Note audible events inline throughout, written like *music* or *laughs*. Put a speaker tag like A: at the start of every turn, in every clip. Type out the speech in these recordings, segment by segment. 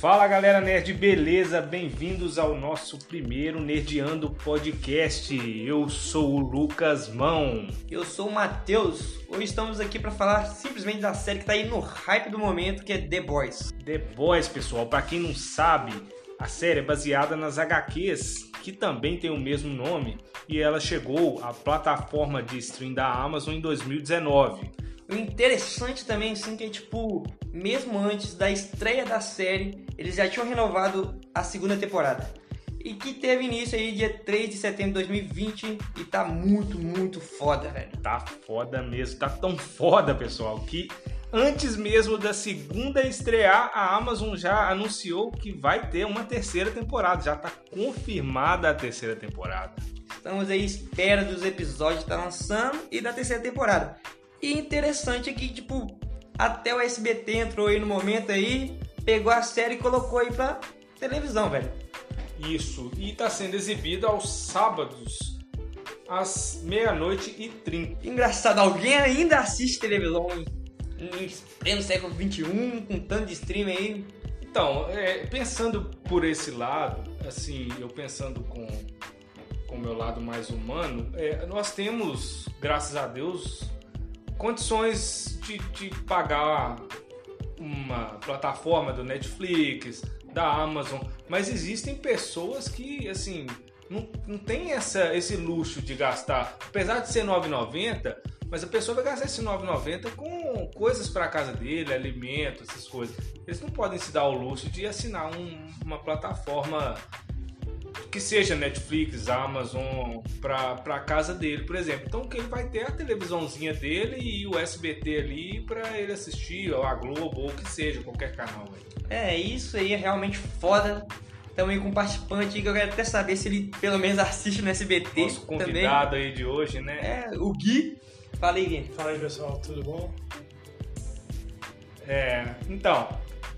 A: Fala galera nerd, beleza? Bem-vindos ao nosso primeiro Nerdeando Podcast. Eu sou o Lucas Mão.
B: Eu sou o Matheus. Hoje estamos aqui para falar simplesmente da série que tá aí no hype do momento, que é The Boys.
A: The Boys, pessoal, pra quem não sabe, a série é baseada nas HQs, que também tem o mesmo nome, e ela chegou à plataforma de stream da Amazon em 2019.
B: O interessante também, sim, que é tipo, mesmo antes da estreia da série, eles já tinham renovado a segunda temporada. E que teve início aí dia 3 de setembro de 2020 e tá muito, muito foda, velho.
A: Tá foda mesmo, tá tão foda, pessoal, que antes mesmo da segunda estrear, a Amazon já anunciou que vai ter uma terceira temporada, já tá confirmada a terceira temporada.
B: Estamos aí à espera dos episódios que tá lançando e da terceira temporada. E interessante é que, tipo, até o SBT entrou aí no momento aí, pegou a série e colocou aí pra televisão, velho.
A: Isso, e tá sendo exibida aos sábados, às meia-noite e trinta.
B: Engraçado, alguém ainda assiste televisão em, em pleno século XXI, com tanto de streaming aí.
A: Então, é, pensando por esse lado, assim, eu pensando com com o meu lado mais humano, é, nós temos, graças a Deus, condições de, de pagar uma plataforma do Netflix, da Amazon, mas existem pessoas que, assim, não, não tem essa, esse luxo de gastar, apesar de ser 9,90, mas a pessoa vai gastar esse 9,90 com coisas para casa dele, alimento, essas coisas. Eles não podem se dar o luxo de assinar um- uma plataforma que seja Netflix, Amazon, pra, pra casa dele, por exemplo. Então que ele vai ter a televisãozinha dele e o SBT ali pra ele assistir, ou a Globo, ou o que seja, qualquer canal aí.
B: É, isso aí é realmente foda. Tamo aí com um participante aí que eu quero até saber se ele pelo menos assiste no SBT
A: Nosso
B: também.
A: convidado aí de hoje, né?
B: É, o Gui. Falei, Gui.
C: Fala aí pessoal, tudo bom?
A: É, então,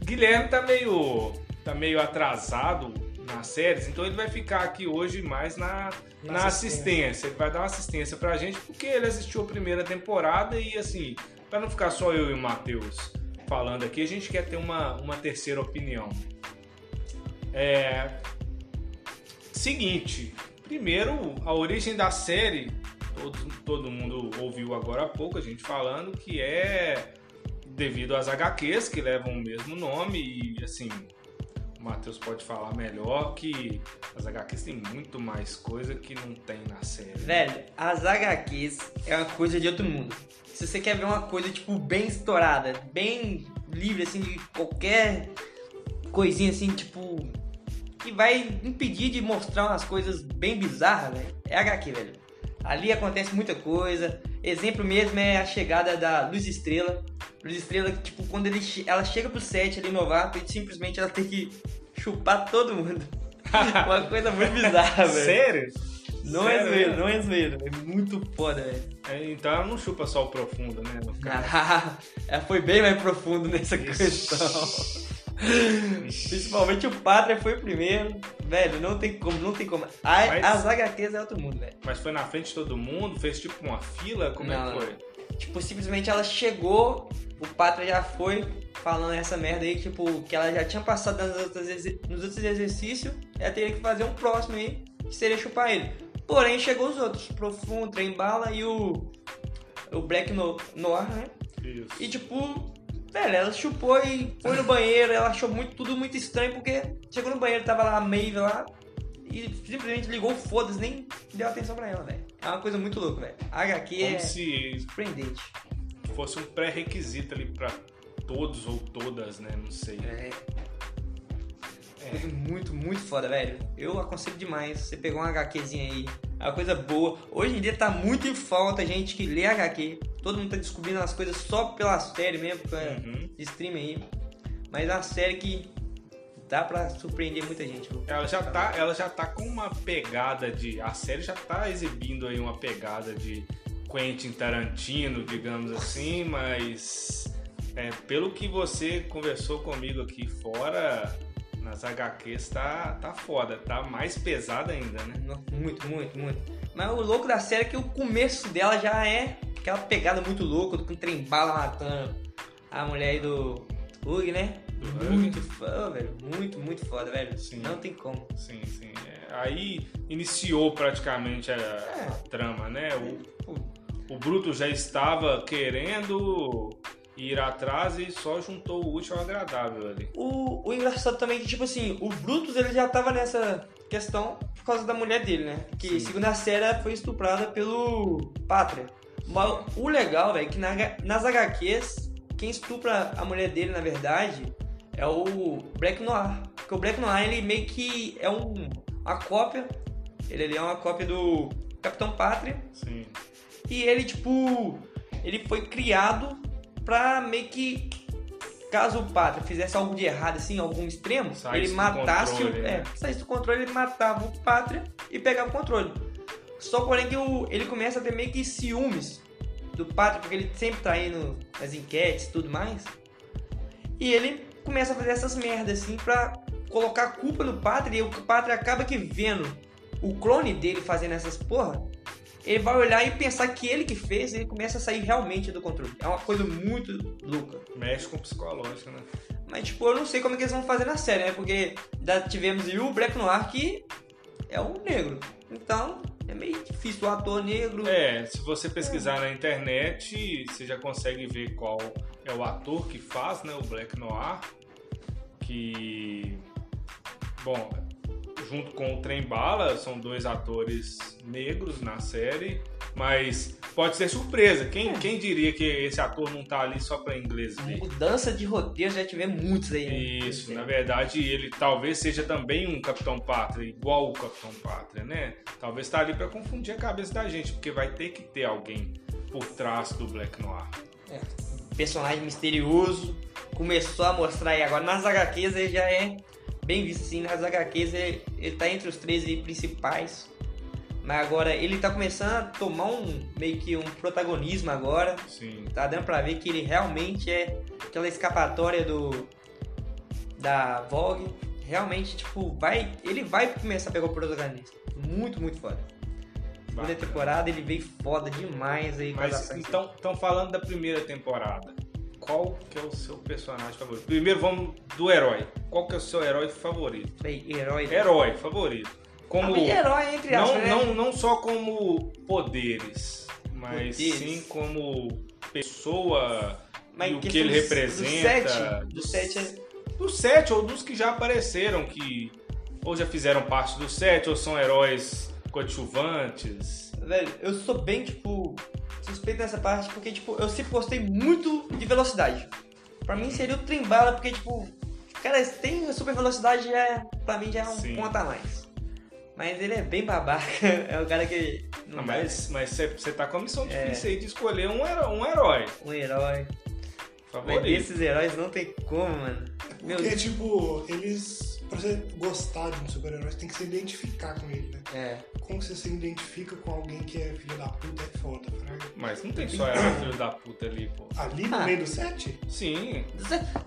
A: Guilherme tá meio, tá meio atrasado nas séries, então ele vai ficar aqui hoje mais na, na,
C: Na
A: assistência. Ele vai dar uma assistência pra gente, porque ele assistiu a primeira temporada e assim, pra não ficar só eu e o Matheus falando aqui, a gente quer ter uma, uma terceira opinião. É, Seguinte, primeiro, a origem da série, todo, todo mundo ouviu agora há pouco a gente falando que é devido às HQs que levam o mesmo nome e assim, o Matheus pode falar melhor que as HQs tem muito mais coisa que não tem na série.
B: Velho, as HQs é uma coisa de outro mundo. Se você quer ver uma coisa, tipo, bem estourada, bem livre, assim, de qualquer coisinha, assim, tipo... Que vai impedir de mostrar umas coisas bem bizarras, velho. É HQ, velho. Ali acontece muita coisa. Exemplo mesmo é a chegada da Luz Estrela. Luz Estrela, que, tipo, quando ele, che- ela chega pro set ali, novato, e simplesmente ela tem que chupar todo mundo. *laughs* uma coisa muito bizarra, velho.
A: Sério?
B: Não é
A: Sério,
B: zoeira,
A: né?
B: não é zoeira. É muito foda, velho.
A: É, então ela não chupa só o profundo, né? No caso.
B: Caraca, ela foi bem mais profundo nessa
A: Ixi.
B: questão. Principalmente o Pátria foi o primeiro. Velho, não tem como, não tem como. A,
A: Mas-
B: As HQs é outro mundo, velho.
A: Mas foi na frente de todo mundo, fez tipo uma fila, como é
B: Não,
A: que
B: não.
A: foi?
B: Tipo, simplesmente ela chegou, o Pátria já foi falando essa merda aí, tipo, que ela já tinha passado nas outras exer- nos outros exercícios, ela teria que fazer um próximo aí, que seria chupar ele. Porém, chegou os outros, Profundo, Trem Bala e o. O Black No- Noir, né?
A: Isso.
B: E tipo, velho, ela chupou e foi no banheiro, ela achou muito, tudo muito estranho, porque chegou no banheiro, tava lá a Maeve lá, e simplesmente ligou, foda-se, nem deu atenção pra ela, velho. É uma coisa muito louca, velho. A HQ é
A: Como assim? se
B: surpreendente.
A: fosse um pré-requisito ali pra todos ou todas, né? Não sei.
B: É. Coisa muito, muito foda, velho. Eu aconselho demais você pegar uma HQzinha aí. É uma coisa boa. Hoje em dia tá muito em falta gente que lê HQ. Todo mundo tá descobrindo as coisas só pela série mesmo, porque é
A: Uhum.
B: stream aí. Mas é uma série que dá pra surpreender muita gente. viu?
A: Ela já tá, ela já tá com uma pegada de, a série já tá exibindo aí uma pegada de Quentin Tarantino, digamos assim, mas é, pelo que você conversou comigo aqui fora nas HQs tá tá foda, tá mais pesada ainda, né?
B: Nossa, Muito, muito, muito. Mas o louco da série é que o começo dela já é aquela pegada muito louca, com trem bala matando a mulher aí do Hug, né? Muito foda, velho. Muito, muito foda, velho.
A: Sim.
B: Não tem como.
A: Sim, sim. É, Aí iniciou praticamente a, a trama, né? O,
B: Tipo,
A: o Bruto já estava querendo ir atrás e só juntou o útil ao agradável ali.
B: O, o engraçado também é que, tipo assim, o Brutus ele já tava nessa questão por causa da mulher dele, né? Que,
A: Sim.
B: segundo a série, ela foi estuprada pelo Pátria. Mas o legal, velho, é que na H- nas HQs, quem estupra a mulher dele, na verdade, é o Black Noir. Porque o Black Noir, ele meio que é um, uma cópia, ele, ele é uma cópia do Capitão Pátria.
A: Sim.
B: E ele, tipo, ele foi criado pra meio que. Caso o Pátria fizesse algo de errado, assim, algum extremo,
A: Saísse
B: ele
A: do
B: matasse
A: controle,
B: o.
A: né?
B: É, saísse do controle, ele matava o Pátria e pegava o controle. Só porém que o- ele começa a ter meio que ciúmes do Pátria, porque ele sempre tá indo nas enquetes e tudo mais. E ele começa a fazer essas merdas, assim, pra colocar a culpa no Pátria. E o Pátria acaba que vendo o clone dele fazendo essas porra. Ele vai olhar e pensar que ele que fez, ele começa a sair realmente do controle. É uma coisa muito louca.
A: Mexe com o psicológico, né?
B: Mas, tipo, eu não sei como é que eles vão fazer na série, né? Porque já tivemos aí o Black Noir, que é um negro. Então, é meio difícil o ator negro.
A: É, se você pesquisar na internet, você já consegue ver qual é o ator que faz, né? O Black Noir. Que. Bom, junto com o Trem Bala, são dois atores negros na série. Mas pode ser surpresa. Quem, quem diria que esse ator não tá ali só pra inglês
B: É.
A: ver?
B: Mudança de roteiro, já tivemos muitos aí. né?
A: Isso, na verdade ele talvez seja também um Capitão Pátria, igual o Capitão Pátria, né? Talvez tá ali pra confundir a cabeça da gente, porque vai ter que ter alguém por trás do Black Noir.
B: personagem misterioso, começou a mostrar aí agora. Nas HQs ele já é bem visto sim, nas HQs ele, ele tá entre os três aí principais. Mas agora ele tá começando a tomar um meio que um protagonismo agora.
A: Sim,
B: Tá dando pra ver que ele realmente é aquela escapatória do da Vogue. Realmente, tipo, vai. Ele vai começar a pegar o protagonista. Muito, muito foda. Segunda
A: bacana.
B: temporada ele veio foda demais aí com as
A: Mas
B: ações.
A: então, então falando da primeira temporada, qual que é o seu personagem favorito? Primeiro vamos do herói. Qual que é o seu herói favorito?
B: Falei, herói.
A: Herói favorito. é Como
B: Ah, mas herói, entre aspas,
A: não,
B: né?
A: não, não só como poderes, mas
B: Poderes.
A: sim como pessoa
B: Mas
A: e o que
B: questão
A: ele
B: dos-
A: representa.
B: Dos sete, dos sete é-
A: Dos sete ou dos que já apareceram, que ou já fizeram parte do sete, ou são heróis coadjuvantes.
B: velho, eu sou bem, tipo, suspeito nessa parte, porque, tipo, eu sempre gostei muito de velocidade. Pra mim seria o trem-bala, porque, tipo, cara, se tem super velocidade, já, é- pra mim já é um
A: Sim.
B: ponto a mais. Mas ele é bem babaca, *laughs* é o cara que não, É.
A: Não,
B: dá,
A: mas você tá com a missão difícil aí de escolher um heró- um herói.
B: um herói. Mas
A: favorito.
B: esses heróis não tem como, mano. Meu
C: Porque, tipo, eles. Pra você gostar de um super-herói, você tem que se identificar com ele, né?
B: É.
C: Como que você se identifica com alguém que é filho da puta é foda, fraga.
A: Mas não tem só herói filho da puta ali, pô.
C: Ali no
B: Ah.
C: meio do set? Tipo,
A: Sim.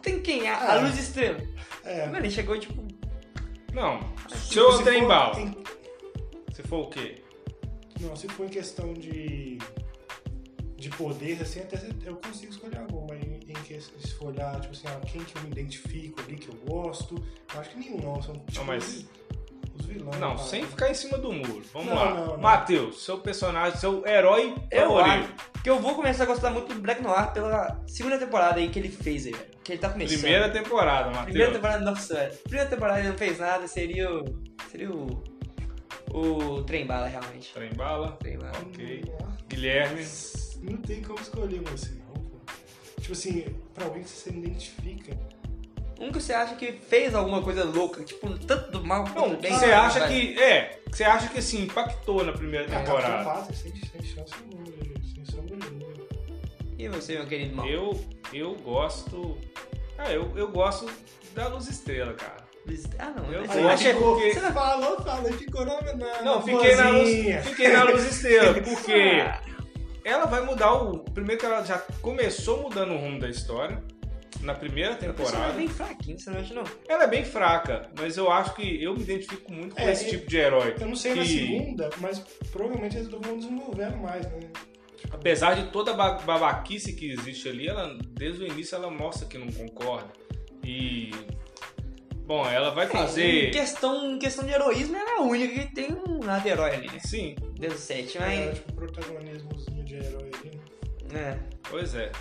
B: Tem quem? A, a
C: É.
B: luz estrela.
C: É.
B: Mano, ele chegou, tipo,
A: Não.
C: Tipo,
A: Se eu
C: se for
A: trem bala,
C: em-
A: se for o quê?
C: Não, se for em questão de. De poder, assim, até eu consigo escolher algum, mas em, em que se for olhar, tipo assim, ah, quem que eu me identifico ali, que eu gosto, eu acho que nenhum não, são tipo,
A: mas-
C: os, os vilões.
A: Não,
C: tá?
A: sem ficar em cima do muro. Vamos
C: Não,
A: lá.
C: não, não.
A: Matheus, seu personagem, seu herói
B: Eu
A: favorito.
B: acho que eu vou começar a gostar muito do Black Noir pela segunda temporada aí que ele fez aí, velho. Que ele tá começando.
A: Primeira temporada,
B: Primeira
A: Matheus.
B: temporada, nossa, velho. Primeira temporada ele não fez nada, seria o. Seria o. O trem bala, realmente.
A: Trem bala.
B: O trem bala.
A: Ok.
C: Não,
A: Guilherme.
C: Não tem como escolher um assim, não, pô. Tipo assim, pra alguém que você se identifica.
B: Um que você acha que fez alguma coisa louca, tipo, tanto do mal quanto
A: Não,
B: do bem.
A: você
B: sabe,
A: acha
B: velho?
A: que. É, você acha que assim, impactou na primeira
C: Ah, Capitão
A: temporada.
C: Pátria, sem, sem chance alguma, gente, sem sombra de dúvida.
B: E você, meu querido mal?
A: Eu, eu gosto. Ah, eu, eu gosto da Luz Estrela, cara.
B: Ah, não.
A: Eu
B: mas
A: vou-
B: eu achei.
C: ficou,
A: porque-
C: Você falou, falou, ficou na. na
A: Não,
C: na
A: fiquei na luz,
C: É boazinha.
A: fiquei na luz
C: *laughs*
A: estrela, porque
B: Ah,
A: ela vai mudar o. Primeiro que ela já começou mudando o rumo da história na primeira
B: o personagem
A: temporada.
B: é bem fraquinho, você não acha, não?
A: Ela é bem fraca, mas eu acho que eu me identifico muito com
C: É,
A: esse
C: e-
A: tipo de herói.
C: Eu não sei na
A: que-
C: segunda, mas provavelmente eles vão desenvolvendo mais, né?
A: Apesar de toda a ba- babaquice que existe ali, ela desde o início ela mostra que não concorda. E. Bom, ela vai
B: Em
A: fazer.
B: questão, em questão de heroísmo, ela é a única que tem um lado herói ali, né?
A: Sim,
B: Deus do sete,
C: É,
B: mas.
C: tipo, protagonismozinho de herói ali.
B: né?
A: pois é.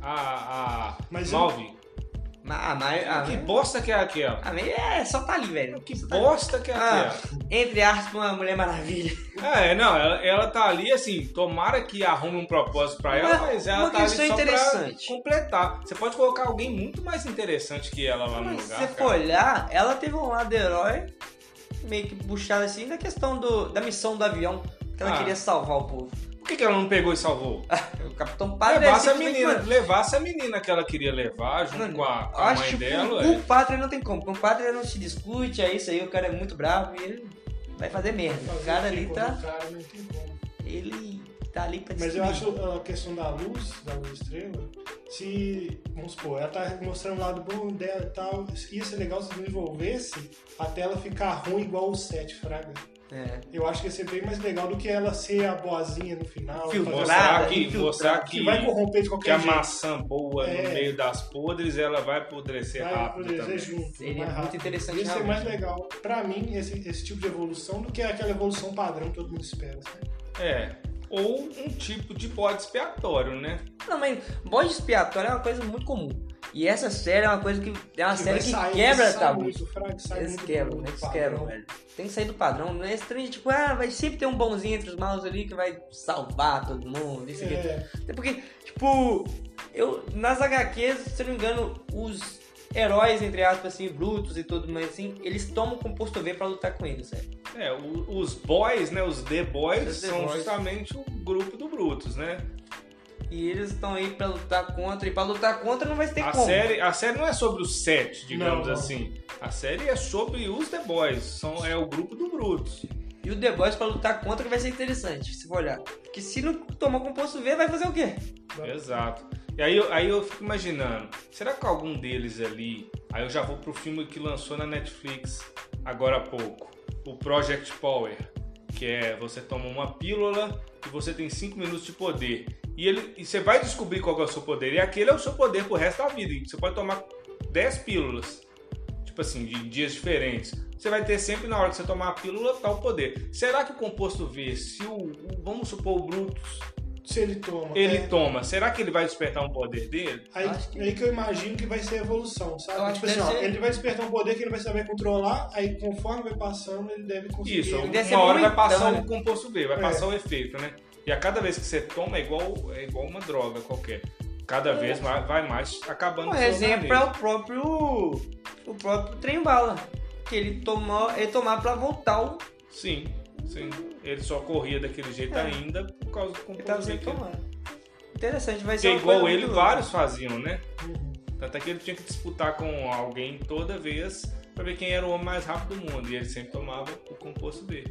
A: A. a
C: Mas eu-
A: Malvi.
B: Ma- ah, A Mai. A
A: Que
B: Mai,
A: bosta que é aquela?
B: a Mai é só tá ali, velho.
A: Que
B: Só né? tá ali.
A: bosta que é
B: Ah.
A: aquela?
B: Entre aspas, uma Mulher Maravilha.
A: Ah, é, não, ela, ela tá ali assim, tomara que arrume um propósito pra ela,
B: Uma-
A: mas ela
B: uma
A: tá ali
B: questão
A: só
B: interessante.
A: pra completar. Você pode colocar alguém muito mais interessante que ela lá no
B: Mas se
A: lugar.
B: você
A: cara.
B: for olhar, ela teve um lado herói meio que puxado assim na questão do, da missão do avião, que ela
A: Ah.
B: queria salvar o povo.
A: Por que, que ela não pegou e salvou?
B: O Capitão Pátria é
A: levar essa
B: simplesmente
A: menina,
B: mandou-
A: levar essa menina que ela queria levar junto
B: Mano,
A: com a, com a
B: Acho
A: mãe
B: que um
A: dela.
B: com
A: é.
B: o Pátria não tem como. Com o Pátria não se discute, é isso aí, o cara é muito bravo e ele vai fazer merda. O
C: Fazer
B: É, cara
C: o quê
B: ali
C: quando
B: tá.
C: o cara não tem como.
B: Ele tá ali pra
C: Mas eu
B: destruir.
C: acho a questão da luz, da luz estrela, se, vamos supor, ela tá mostrando o lado bom dela e tal, ia ser legal se desenvolvesse até ela ficar ruim igual o Sete Fraga.
B: É.
C: Eu acho que ia ser bem mais legal do que ela ser a boazinha no final.
B: Filtrada,
C: fazer-
A: Mostrar que,
B: infiltrada,
A: mostrar
C: que
A: que,
C: vai corromper de
A: que a
C: qualquer jeito.
A: maçã boa no
C: É.
A: meio das podres, ela vai apodrecer
C: Vai
A: rápido
C: poder ser
A: também.
C: junto.
B: Seria
C: mais
B: muito
C: rápido.
B: interessante,
C: Ia ser
B: realmente. né?
C: mais legal, pra mim, esse, esse tipo de evolução do que aquela evolução padrão que todo mundo espera. sabe?
A: É. Ou um tipo de bode expiatório, né?
B: Não, mas bode expiatório é uma coisa muito comum. E essa série é uma coisa que. É uma série
C: vai
B: que
C: sair-
B: quebra
C: sai
B: tabu.
C: muito, Fraga, sai
B: Eles
C: muito
B: quebram,
C: do
B: eles
C: padrão.
B: quebram, né? velho. Tem que sair do padrão. Não é estranho, tipo, ah, vai sempre ter um bonzinho entre os maus ali que vai salvar todo mundo, isso aqui.
C: É,
B: Até porque, tipo, eu, nas HQs, se eu não me engano, os heróis, entre aspas, assim, brutos e tudo mais assim, eles tomam o composto V pra lutar com eles, velho.
A: É, o- os boys, né? Os The Boys
B: Os The
A: são
B: Boys.
A: justamente o grupo do Brutus, né?
B: E eles estão aí pra lutar contra, e pra lutar contra não vai ter
A: A
B: como.
A: série, a série não é sobre os sete, digamos
C: Não, não.
A: assim. A série é sobre os The Boys. São, é o grupo do Brutus.
B: E o The Boys pra lutar contra que vai ser interessante, se for olhar. Porque se não tomar composto V, vai fazer o quê?
A: Exato. E aí, eu- aí eu fico imaginando, será que algum deles ali. Aí eu já vou pro filme que lançou na Netflix agora há pouco. O Project Power. Que é você toma uma pílula e você tem 5 minutos de poder. E, ele, e você vai descobrir qual que é o seu poder. E aquele é o seu poder pro resto da vida. Você pode tomar 10 pílulas. Tipo assim, de dias diferentes. Você vai ter sempre na hora que você tomar a pílula tal poder. Será que o composto V, se o. o- vamos supor o Brutus
C: se ele toma.
A: ele
C: é.
A: toma, será que ele vai despertar um poder dele?
C: Aí,
B: Acho que-
C: aí que eu imagino que vai ser a evolução,
B: Eu
C: sabe?
B: acho
C: Tipo
B: que
C: assim, ó,
B: deve ser-
C: ele vai despertar um poder que ele vai saber controlar, aí conforme vai passando, ele deve conseguir.
A: Isso, é um-
B: deve ser então,
A: uma
B: né?
A: hora vai
B: momentâneo.
A: passar o composto B, vai
C: É.
A: passar o efeito, né? E a cada vez que você toma é igual, é igual uma droga qualquer. Cada
B: É.
A: vez vai, vai mais acabando
B: Um
A: com o seu
B: exemplo é
A: organismo.
B: o próprio. O próprio trem bala. Que ele tomar, ele tomar pra voltar
A: Um
B: o que
A: Sim, sim. Ele só corria daquele jeito
B: É.
A: ainda por causa do
B: ele tava
A: composto B.
B: sendo
A: que ele-
B: tomando. Interessante, vai
A: Porque
B: ser uma
A: igual
B: coisa
A: ele,
B: muito
A: vários faziam, né?
C: Uhum.
A: Tanto é que ele tinha que disputar com alguém toda vez pra ver quem era o homem mais rápido do mundo. E ele sempre tomava o composto B.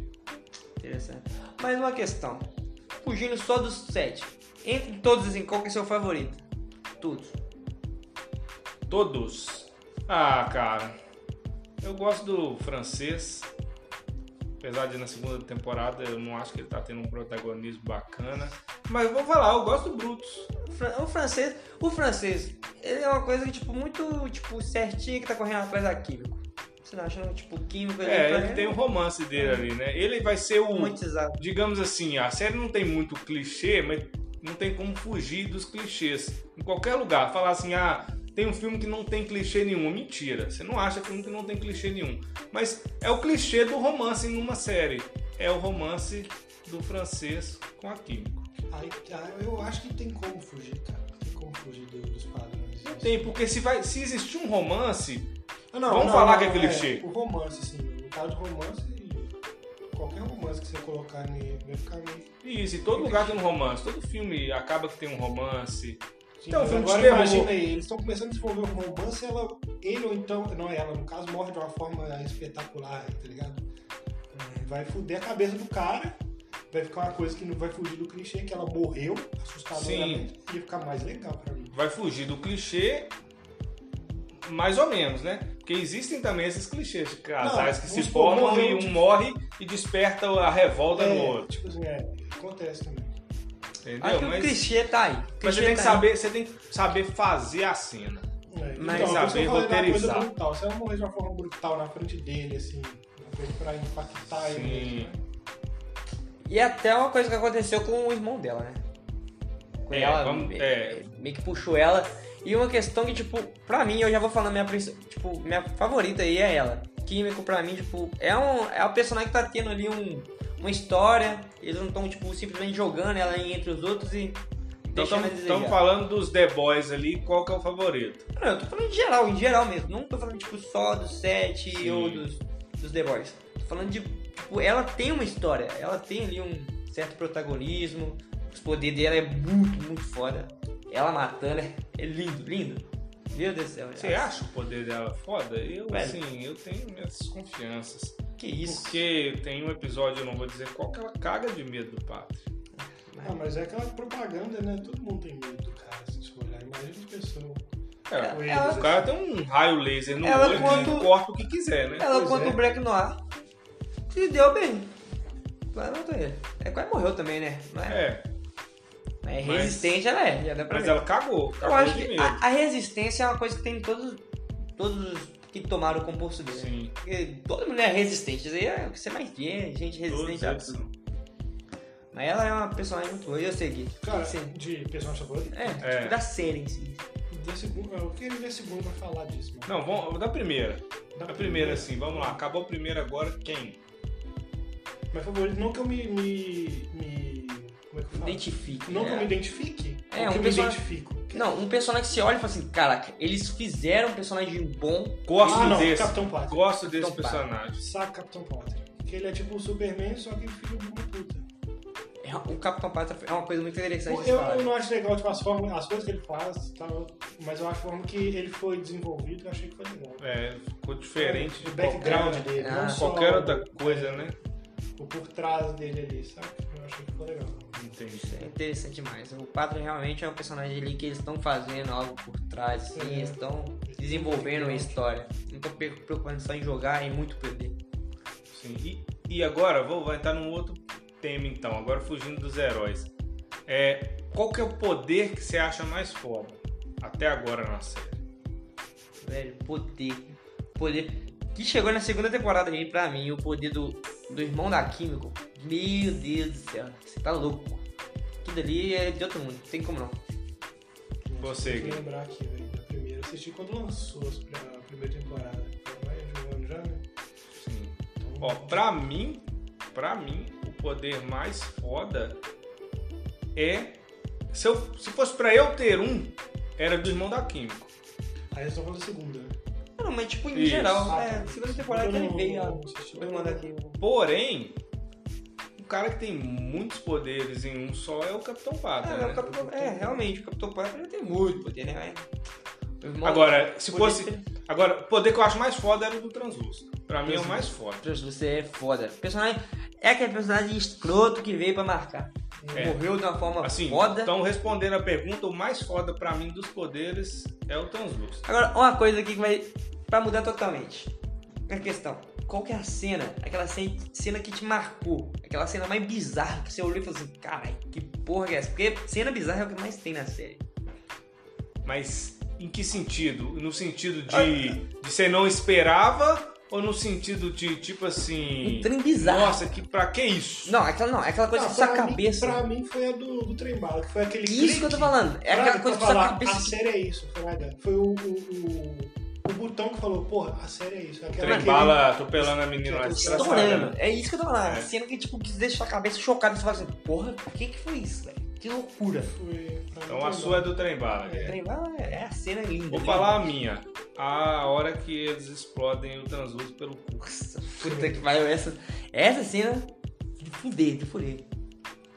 B: Interessante. Mais uma questão. Fugindo só dos sete. Entre todos, assim, qual que é seu favorito? Todos.
A: Todos. Ah, cara. Eu gosto do francês. Apesar de na segunda temporada eu não acho que ele tá tendo um protagonismo bacana. Mas vou falar, eu gosto do Brutus.
B: O fran- O francês. O francês, ele é uma coisa que, tipo, muito, tipo, certinha que tá correndo atrás da químico. Você não acha, não? Tipo, químico ali,
A: É,
B: pra
A: ele
B: mim,
A: tem o romance dele ali, né? Ele vai ser o.
B: romantizado.
A: Digamos assim, a série não tem muito clichê, mas não tem como fugir dos clichês. Em qualquer lugar, falar assim, ah, tem um filme que não tem clichê nenhum. Mentira, você não acha filme que não tem clichê nenhum. Mas é o clichê do romance em uma série. É o romance do francês com a químico.
C: Aí, aí eu acho que tem como fugir, cara. Tem como fugir do- dos padrões.
A: Não tem, porque se, vai, se existir um romance,
C: Ah,
A: Vamos falar que é clichê.
C: O romance, assim, no caso de romance, qualquer romance que você colocar nele vai ficar meio.
A: e isso, em todo lugar tem um romance, todo filme acaba que tem um romance. Então,
C: Mas
A: filme de
C: agora
A: terror.
C: imagina aí, eles estão começando a desenvolver um romance, ela, ele ou então, não ela, no caso, morre de uma forma espetacular, tá ligado? É, Vai fuder a cabeça do cara, vai ficar uma coisa que não vai fugir do clichê, que ela morreu, assustadoramente, ia ficar mais legal pra mim.
A: Vai fugir do clichê, mais ou menos, né? Porque existem também esses clichês de casais
C: Não,
A: que
C: um
A: se
C: supor,
A: formam e
C: morreu,
A: um
C: tipo-
A: morre e desperta a revolta no outro.
C: tipo assim, é, acontece também.
A: Entendeu?
B: Acho que o
A: Mas,
B: clichê tá aí. O
A: mas
B: clichê
A: você, tem que
B: tá aí.
A: saber, você tem que saber fazer a cena.
C: É,
B: Mas,
C: então, por isso que
A: saber
C: eu falei da coisa
A: roteirizar.
C: brutal. Se ela morrer de uma forma brutal na frente dele, assim, uma coisa pra impactar ele.
A: Sim.
C: mesmo, né?
B: E até uma coisa que aconteceu com o irmão dela, né? Com
A: É,
B: ela
A: vamos-
B: me-
A: é.
B: meio que puxou ela. E uma questão que, tipo, pra mim, eu já vou falando minha, princ- tipo, minha favorita aí é ela. Químico, pra mim, tipo, é um, é um personagem que tá tendo ali um, uma história. Eles não estão, tipo, simplesmente jogando ela entre os outros e
A: Então
B: deixando eles
A: estamos falando dos The Boys ali, qual que é o favorito?
B: Não, eu tô falando em geral, em geral mesmo. Não tô falando, tipo, só dos sete
A: Sim.
B: ou dos, dos The Boys. Tô falando de, tipo, ela tem uma história. Ela tem ali um certo protagonismo. Os poderes dela é muito, muito foda. Ela matando é, é lindo, lindo. Meu Deus do céu.
A: Você
B: ela-
A: acha o poder dela foda? Eu,
B: Velho.
A: assim, eu tenho minhas desconfianças.
B: Que isso?
A: Porque tem um episódio, eu não vou dizer qual, que ela caga de medo do padre.
C: Ah, mas é aquela propaganda, né? Todo mundo tem medo do cara, assim, se for olhar. Imagina as pessoas.
A: É,
B: Ela-
A: o
C: ela-
A: cara tem um raio laser no
B: Ela
A: olho
B: quando-
A: que corta o que quiser, né?
B: Ela
C: Pois
B: contra
C: é.
B: o Black Noir se deu bem. Ela matou ele. É, quase morreu também, né? Mas, é,
A: É,
B: mas
A: mas-
B: resistente ela é. Já dá pra
A: mas
B: ver.
A: ela cagou, cagou
B: Eu acho
A: Tá de
B: que
A: medo.
B: a, a resistência é uma coisa que tem em todos, todos os que tomaram o concurso dele. né?
A: Sim,
B: Porque toda mulher é resistente. Isso aí é o que você mais vê, gente
A: todos
B: resistente a
A: eles
B: tudo.
A: são.
B: Mas ela é uma personagem muito boa, eu sei Gui.
C: Cara,
B: Sim.
C: de personagem favorito?
B: É,
A: É.
B: tipo da série em si.
C: Da segunda, eu queria ver a segunda pra falar disso,
A: Não,
C: mano.
A: vamos, da primeira.
C: Da
A: Da primeira, assim, vamos lá. Acabou a primeira agora, quem?
C: Meu favorito, não que eu me. me, me como é que eu falo?
B: Identifica.
C: Não que eu me
B: né?
C: identifique.
B: É,
C: não
B: um
C: que eu
B: personagem-
C: me identifico.
B: Não, um personagem que você olha e fala assim, caraca, eles fizeram um personagem bom.
A: Gosto
C: Ah, não,
A: desse.
C: Capitão Pátria.
A: Gosto desse
B: Capitão Pátria.
A: personagem.
C: Saca Capitão Pátria. Que ele é tipo o Superman, só que ele fica de uma puta.
B: É- O Capitão Pátria é uma coisa muito interessante
C: Eu,
B: de se falar.
C: eu não acho legal tipo, as, formas, as coisas que ele faz, tal, mas eu acho a forma que ele foi desenvolvido, eu achei que foi legal.
A: É, ficou diferente
C: O
A: de
C: background
A: qualquer,
C: dele,
B: Ah.
C: não só
A: qualquer
C: o-
A: outra coisa, né?
C: o por trás dele ali, sabe? Eu achei que ficou legal.
A: Entendi.
B: É interessante demais. O Pátria realmente é um personagem ali que eles estão fazendo algo por trás, assim,
C: É.
B: eles estão desenvolvendo uma história. Não tô pre- preocupando só em jogar e muito perder.
A: Sim. E, e agora, vou, vou entrar num outro tema então, agora fugindo dos heróis. É, qual que é o poder que você acha mais foda até agora na série?
B: Velho, poder. Poder. Que chegou na segunda temporada aí pra mim, o poder do, do irmão da Químico. Meu Deus do céu, você tá louco. Aquilo ali é de outro mundo, não tem como não.
A: Você,
C: Tem que
A: Gui.
C: lembrar aqui, velho, da primeira. Eu Assisti quando lançou as pri- a primeira temporada. Foi mais de um ano já, né?
A: Sim.
C: Então,
A: Ó, pra mim, pra mim, o poder mais foda é. Se, eu, se fosse pra eu ter um, era do irmão da Químico.
C: Aí eles estão falando da segunda. né?
B: Não, mas tipo, em
A: Isso.
B: geral,
C: Ah,
B: é,
C: tá.
B: segunda temporada que
C: Eu
B: ele
C: não-
B: veio,
C: não
B: ó,
C: assisti.
B: o irmão da Químico.
A: Porém, o cara que tem muitos poderes em um só é o Capitão Pátria.
B: É,
A: né?
B: o Capitão- é, realmente, o Capitão Pátria ele tem muito poder, né? Mas o irmão-
A: Agora, se
B: poder
A: fosse-
B: dele-
A: Agora, o poder que eu acho mais foda era o do Translúcido. Pra mim é o mais foda.
B: Deus, Você é foda. Personagem, é aquele personagem escroto que veio pra marcar.
A: É.
B: Morreu de uma forma
A: Assim,
B: foda.
A: então respondendo a pergunta, o mais foda pra mim dos poderes é o Translúcido.
B: Agora, uma coisa aqui que vai. pra mudar totalmente. A questão. Qual que é a cena? Aquela cen- cena que te marcou. Aquela cena mais bizarra que você olhou e falou assim: caralho, que porra que é essa? Porque cena bizarra é o que mais tem na série.
A: Mas em que sentido? No sentido
B: Ah,
A: de, de você não esperava ou no sentido de, tipo assim...
B: Um trem bizarro.
A: Nossa, que, pra que isso?
B: Não, aquela não, é aquela coisa
C: Ah,
B: que sai a
C: pra mim-
B: cabeça.
C: Pra mim foi a do, do trem bala, que foi aquele
B: Isso que eu tô
C: clique.
B: falando. É
C: Fraga,
B: aquela coisa que
C: pra
B: sai a
C: falar,
B: cabeça.
C: A série é isso, Fraga. Foi o, o, o, o botão que falou, porra, a série é isso. Aquela
A: Trem
C: aquele-
A: bala atropelando a menina lá
C: Eu tô
A: desgraçada. né?
B: Estourando. É isso que eu tô falando.
A: É.
B: A cena que, tipo, que deixa a cabeça chocada. Você fala assim, porra, o que que foi isso, velho? Que loucura. um
C: Foi, pra mim,
A: Então a
C: trem
A: sua é
C: bala.
A: do trem bala.
C: É.
B: Trem lá É a cena linda.
A: Vou
B: né?
A: falar a minha. A hora que eles explodem o Translúcido pelo cu.
B: Nossa, puta que pariu. Essa, essa cena de fuder, de fuder.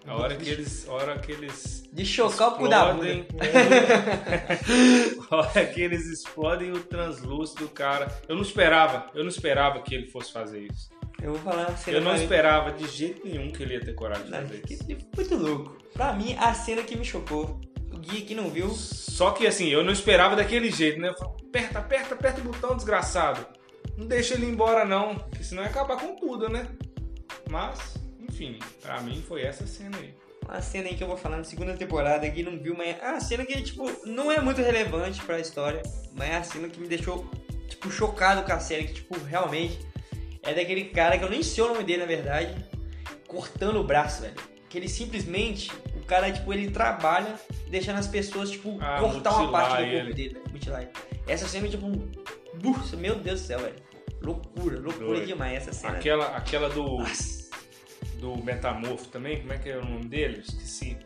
B: é
A: A hora que eles... A hora que eles
B: De chocar o cu da
A: Explodem.
B: bunda.
C: É,
A: *laughs* A hora que eles explodem o translúcido do cara. Eu não esperava, eu não esperava que ele fosse fazer isso.
B: Eu vou falar a cena
A: Eu não
B: pra mim.
A: esperava de jeito nenhum que ele ia ter coragem de
B: Não,
A: fazer
B: que-
A: isso.
B: que- Muito louco. Pra mim, a cena que me chocou. O Gui que não viu.
A: Só que assim, eu não esperava daquele jeito, né? Eu falo, aperta, aperta, aperta o botão, desgraçado. Não deixa ele embora não, porque senão ia acabar com tudo, né? Mas, enfim, pra mim foi essa cena aí.
B: uma cena aí que eu vou falar na segunda temporada que não viu, mas é uma cena que, tipo, não é muito relevante pra história, mas é a cena que me deixou, tipo, chocado com a série, que, tipo, realmente é daquele cara que eu nem sei o nome dele, na verdade, cortando o braço, velho. Que ele simplesmente, o cara, tipo, ele trabalha deixando as pessoas, tipo,
A: Ah,
B: cortar uma
A: mutilar
B: parte do corpo
A: ele.
B: dele, velho, mutilar ele. Essa cena, tipo, burra, meu Deus do céu, velho. Loucura, loucura
A: Doido.
B: demais essa cena.
A: Aquela, aquela do,
B: Nossa.
A: do Metamorfo também, como é que é o nome dele? Esqueci.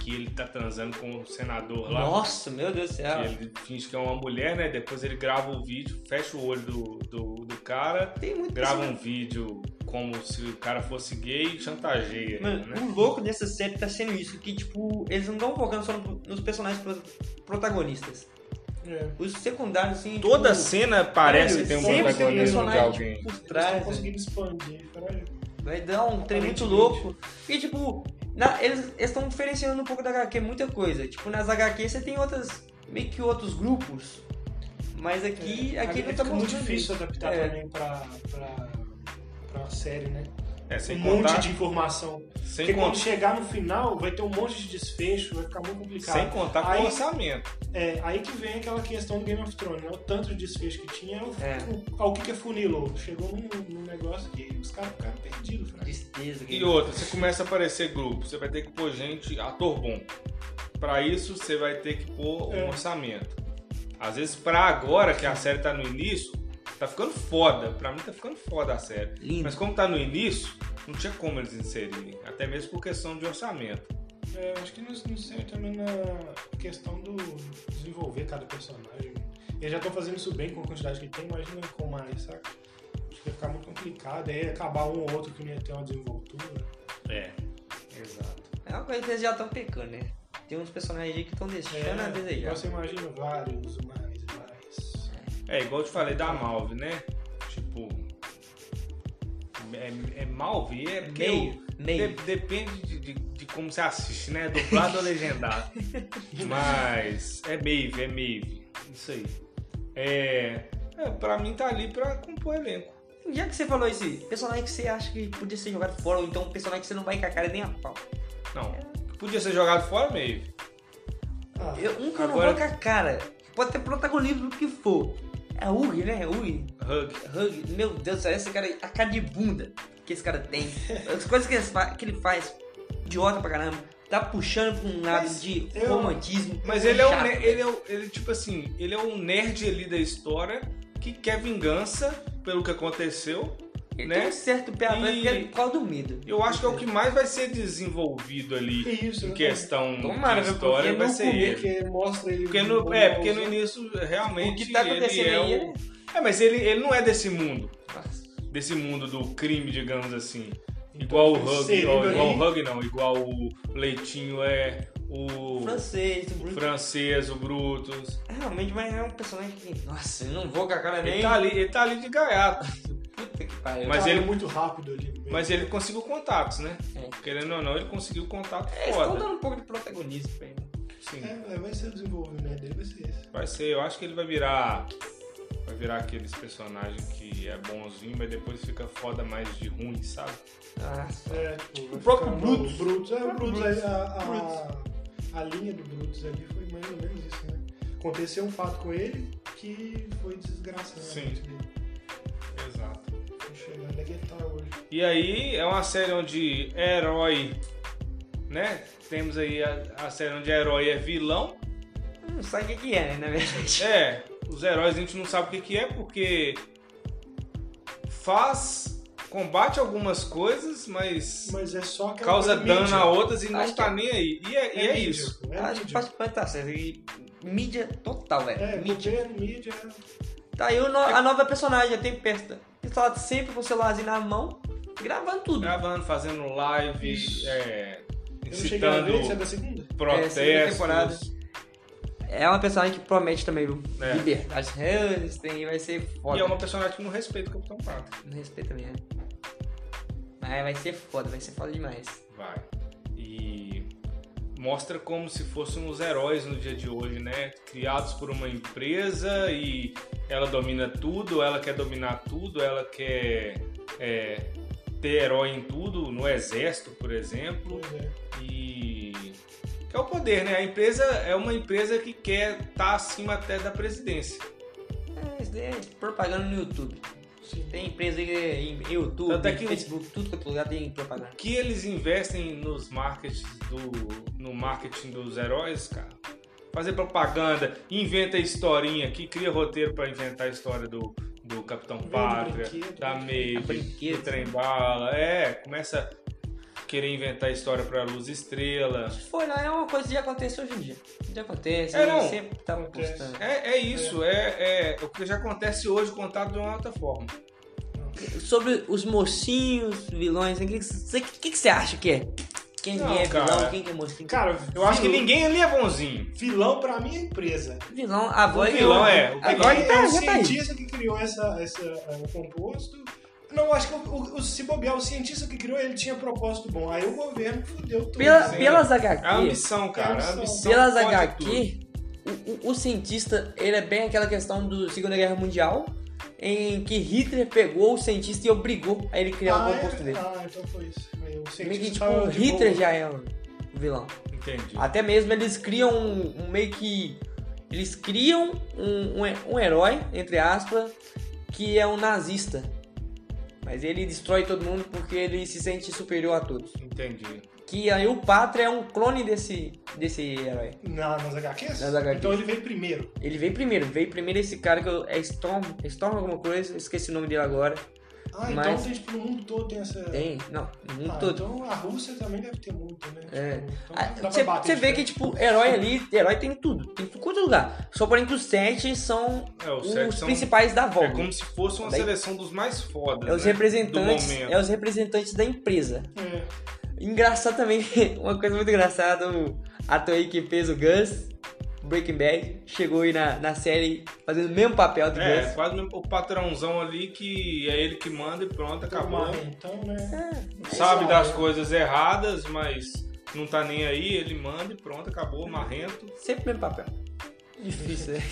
A: Que ele tá transando com o senador lá.
B: Nossa, meu Deus do céu.
A: Que Ele finge que é uma mulher, né? Depois ele grava o vídeo, fecha o olho do, do, do cara,
B: Tem muito
A: grava um vídeo como se o cara fosse gay e chantageia ele,
B: Mano,
A: né?
B: o louco dessa série tá sendo isso, que tipo, eles não estão focando só no- nos personagens pro- protagonistas.
C: É.
B: Os secundários, assim.
A: Toda
B: tipo,
A: cena parece
B: velho,
A: que tem um
B: sempre tem um
A: protagonismo de
B: personagem
A: alguém.
B: Por
C: Eles estão
B: trás. velho.
C: conseguindo expandir, né? caralho.
B: Vai dar um trem muito louco. E tipo, na- eles estão diferenciando um pouco da HQ, muita coisa. Tipo, nas HQ você tem outras. meio que outros grupos. Mas
C: É,
B: aqui, aqui não tá
C: fica muito
B: mostrando
C: difícil
B: isso.
C: adaptar
B: É.
C: também pra, pra, pra série, né?
A: É, sem
C: um
A: contar,
C: monte de é informação.
A: sem,
C: Porque
A: con-
C: quando chegar no final, vai ter um monte de desfecho, vai ficar muito complicado.
A: sem contar com
C: Aí-
A: o orçamento.
C: É, aí que vem aquela questão do Game of Thrones, né? O tanto de desfecho que tinha, o,
B: É.
C: o- ao que que afunilou. Chegou num, num negócio que os caras ficaram perdidos, né? cara.
B: Tristeza,
A: E
B: que
A: outra, você começa a aparecer grupo, você vai ter que pôr gente, ator bom. Pra isso, você vai ter que pôr
C: É.
A: um orçamento. Às vezes, pra agora, que a série tá no início, tá ficando foda. Pra mim, tá ficando foda a série.
B: lindo.
A: Mas como tá no início, não tinha como eles inserirem. Até mesmo por questão de orçamento.
C: É, acho que não, não sei também na questão do desenvolver cada personagem. Eles já estão fazendo isso bem com a quantidade que tem, imagina com mais, saca? Acho que ia ficar muito complicado, aí ia acabar um ou outro que não ia ter uma desenvoltura.
A: É. Exato.
B: É uma coisa que eles já estão pecando, né? Tem uns personagens aí que estão deixando a desejar.
C: igual É, você imagina vários, mais, mais.
A: É, igual eu te falei da Malve, né? Tipo. É, é Malve? É porque eu-
B: Meio, meio.
A: de- depende de, de- de como você assiste, né? Dublado ou legendado.
B: *laughs*
A: Mas é Maeve, é Maeve. Isso aí. É, é. Pra mim tá ali pra compor elenco.
B: Já que você falou esse personagem que você acha que podia ser jogado fora, ou então um personagem que você não vai com a cara nem a pau.
A: Não. Podia ser jogado fora, Maeve.
C: Ah,
B: Eu, um que eu não
A: Agora-
B: vou com a cara, pode ter protagonismo do que for. É Hug, né? Hug.
A: Hug.
B: Hug, meu Deus do céu, esse cara, a cara de bunda que esse cara
A: *laughs*
B: tem. As coisas que ele faz, que ele faz idiota pra caramba. Tá puxando pra um lado
C: Mas
B: de
C: eu-
B: romantismo.
A: Mas ele é, um,
B: chato, né?
A: ne-
B: velho.
A: ele é um- ele tipo assim, ele é um nerd ali da história que quer vingança pelo que aconteceu.
B: Ele
A: né?
B: tem um certo pé aberto
A: E-
B: porque ele por causa do medo.
A: Eu acho que é o que mais vai ser desenvolvido
C: que
A: ali
C: isso,
A: em
C: né?
A: questão
B: Tomara,
A: de
B: viu?
A: história
B: Porque
A: vai
B: não
A: ser
C: Comer,
A: ele.
C: que mostra ele.
A: Porque no, é, porque no início
B: O
A: realmente
B: que tá acontecendo
A: ele é
B: aí
A: o- É, mas ele, ele não é desse mundo,
B: é.
A: desse mundo do crime, digamos assim.
C: Então,
A: igual o
C: foi
A: Hug,
C: inserido
A: ó, igual
C: aí.
A: o Hug não, igual o Leitinho é o
B: Francês, o Bruno.
A: francês, o Brutus.
B: Realmente, mas é um personagem que. Nossa, eu não vou com a cara É nem.
A: Ele tá ali, ele tá ali de gaiato.
B: Puta que pariu.
A: Mas
C: Cara,
A: ele-
C: é muito rápido ali. no meio.
A: Mas ele conseguiu contatos, né?
B: É.
A: Querendo ou não, ele conseguiu contato
B: É, eles estão
A: foda.
B: dando um pouco de protagonismo pra ele.
A: Sim,
C: É, vai ser o desenvolvimento dele, vai ser esse.
A: vai ser. Eu acho que ele vai virar. Vai virar aqueles personagens que é bonzinho, mas depois fica foda mais de ruim, sabe?
B: Nossa.
C: É, tipo, vai
B: O próprio
C: ficar
B: Brutus.
C: O Brutus, é, o
B: próprio
C: Brutus,
B: Brutus.
C: A, a, a linha do Brutus ali foi mais ou menos isso, né? Aconteceu um fato com ele que foi desgraçado.
A: Sim. Exato.
C: Tô chegando aqui tá hoje.
A: E aí é uma série onde herói, né? Temos aí a, a série onde herói é vilão.
B: Não sabe o que que é, né, na verdade.
A: É, os heróis a gente não sabe o que, que é porque faz. combate algumas coisas, mas.
C: Mas é só aquela
A: causa
C: coisa
A: dano
C: mídia.
A: a outras e não
B: Acho
A: tá nem aí. E é, e é
C: mídia,
A: isso. assim,
C: É
B: Acho que
C: mídia.
B: participante tá certo. E Mídia total, velho.
C: É,
B: mídia.
C: governo, mídia.
B: Tá aí o no- a nova personagem, a Tempesta. Que tá sempre com o celularzinho na mão, gravando tudo.
A: Gravando, fazendo live,
C: Isso.
A: é,
C: Eu não cheguei a
A: incitando
C: ver, isso é da segunda?
A: protestos.
B: É, segunda temporada. É uma personagem que promete também, viu?
A: É.
B: Liberdade. É, Esse trem aí vai ser foda.
A: E é uma personagem que não respeita o Capitão Pato.
B: Não respeita mesmo. Mas vai ser foda, vai ser foda demais.
A: Vai. E mostra como se fossem os heróis no dia de hoje, né? Criados por uma empresa e ela domina tudo, ela quer dominar tudo, ela quer é, ter herói em tudo, no exército, por exemplo,
C: Pois é.
A: e que é o poder, né? A empresa é uma empresa que quer estar acima até da presidência.
B: É, isso daí é propaganda no YouTube.
C: Sim.
B: Tem empresa aí que é em YouTube,
A: Tanto é
B: em
A: que o-
B: Facebook, tudo quanto é lugar tem propaganda.
A: que eles investem nos markets do no marketing dos heróis, cara? Fazer propaganda, inventa historinha aqui, cria roteiro pra inventar a história do, do Capitão
C: Vende
A: Pátria, tá
C: brinquedo.
A: da Maeve,
B: É brinquedo.
A: do Trem Bala. É, começa a querer inventar a história pra Luz Estrela.
B: Se for lá, é uma coisa que já acontece hoje em dia. Já acontece,
A: É, não.
B: sempre tá
C: Acontece.
B: postando.
A: É, é isso, é. é o que já acontece hoje contado de uma outra forma.
B: Sobre os mocinhos, vilões, o que, que, que que você acha que é? Quem
A: Não,
B: é
A: cara.
B: vilão, quem que é mocinho?
C: Cara,
A: Eu acho que ninguém ali é bonzinho.
C: Vilão pra mim é empresa.
B: Vilão, a voz
A: vilão é- o
B: A
A: vilão
B: voz
C: Ele é
B: tá,
C: o
B: já tá aí.
C: cientista que criou essa, essa, eh, o composto. Não, acho que o, o, o- se bobear, o cientista que criou, ele tinha propósito bom. Aí o governo fudeu tudo.
B: um-
C: Ah,
B: Pela,
A: Sim.
B: pelas
A: A
B: HQ,
A: ambição, cara. A ambição.
B: pelas
A: pode tudo.
B: HQ o, o- o cientista, ele é bem aquela questão do Segunda Guerra Mundial, em que Hitler pegou o cientista e obrigou a ele criar
C: ah,
B: o composto
C: é,
B: dele.
C: Ah, então foi isso. Aí O
B: Meio que,
C: cientista
B: tipo,
C: tava ah, de
B: Hitler
C: boa.
B: já é um vilão.
A: Entendi.
B: Até mesmo eles criam um, um meio que. Eles criam um, um, he- um herói, entre aspas, que é um nazista. Mas ele destrói todo mundo porque ele se sente superior a todos.
A: Entendi.
B: Que aí o Pátria é um clone desse, desse herói.
C: Na, nas HQs?
B: Nas HQs.
C: Então ele veio primeiro.
B: Ele veio primeiro, veio primeiro esse cara que eu- é Storm, Storm alguma coisa, eu esqueci o nome dele agora.
C: Ah,
B: Mas-
C: então tem, tipo, no mundo todo tem essa...
B: Tem, não, no mundo
C: Ah,
B: todo.
C: Então a Rússia também deve ter muito, né?
B: É.
C: Tipo, então
B: Ah,
C: dá pra
B: Você
C: bater
B: você
C: de
B: vê que,
C: frente.
B: tipo, herói ali, herói tem tudo, tem tudo quanto é lugar. Só porém que os sete são
A: É, os
B: os,
A: sete são-
B: principais da
A: É
B: Volga.
A: como se fosse uma
B: Daí-
A: seleção dos mais fodas.
B: É os
A: né?
B: representantes,
A: Do momento.
B: é os representantes da empresa.
C: É.
B: Engraçado também, *laughs* uma coisa muito engraçada, o ator aí que fez o Gus, Breaking Bad, chegou aí na, na série fazendo o mesmo papel do
A: É,
B: Gus.
A: quase o patrãozão ali que é ele que manda e pronto, acabou.
C: Mas, Então, né?
B: É.
A: Sabe das coisas erradas, mas não tá nem aí, ele manda e pronto, acabou, marrento.
B: Sempre o mesmo papel. Difícil, né?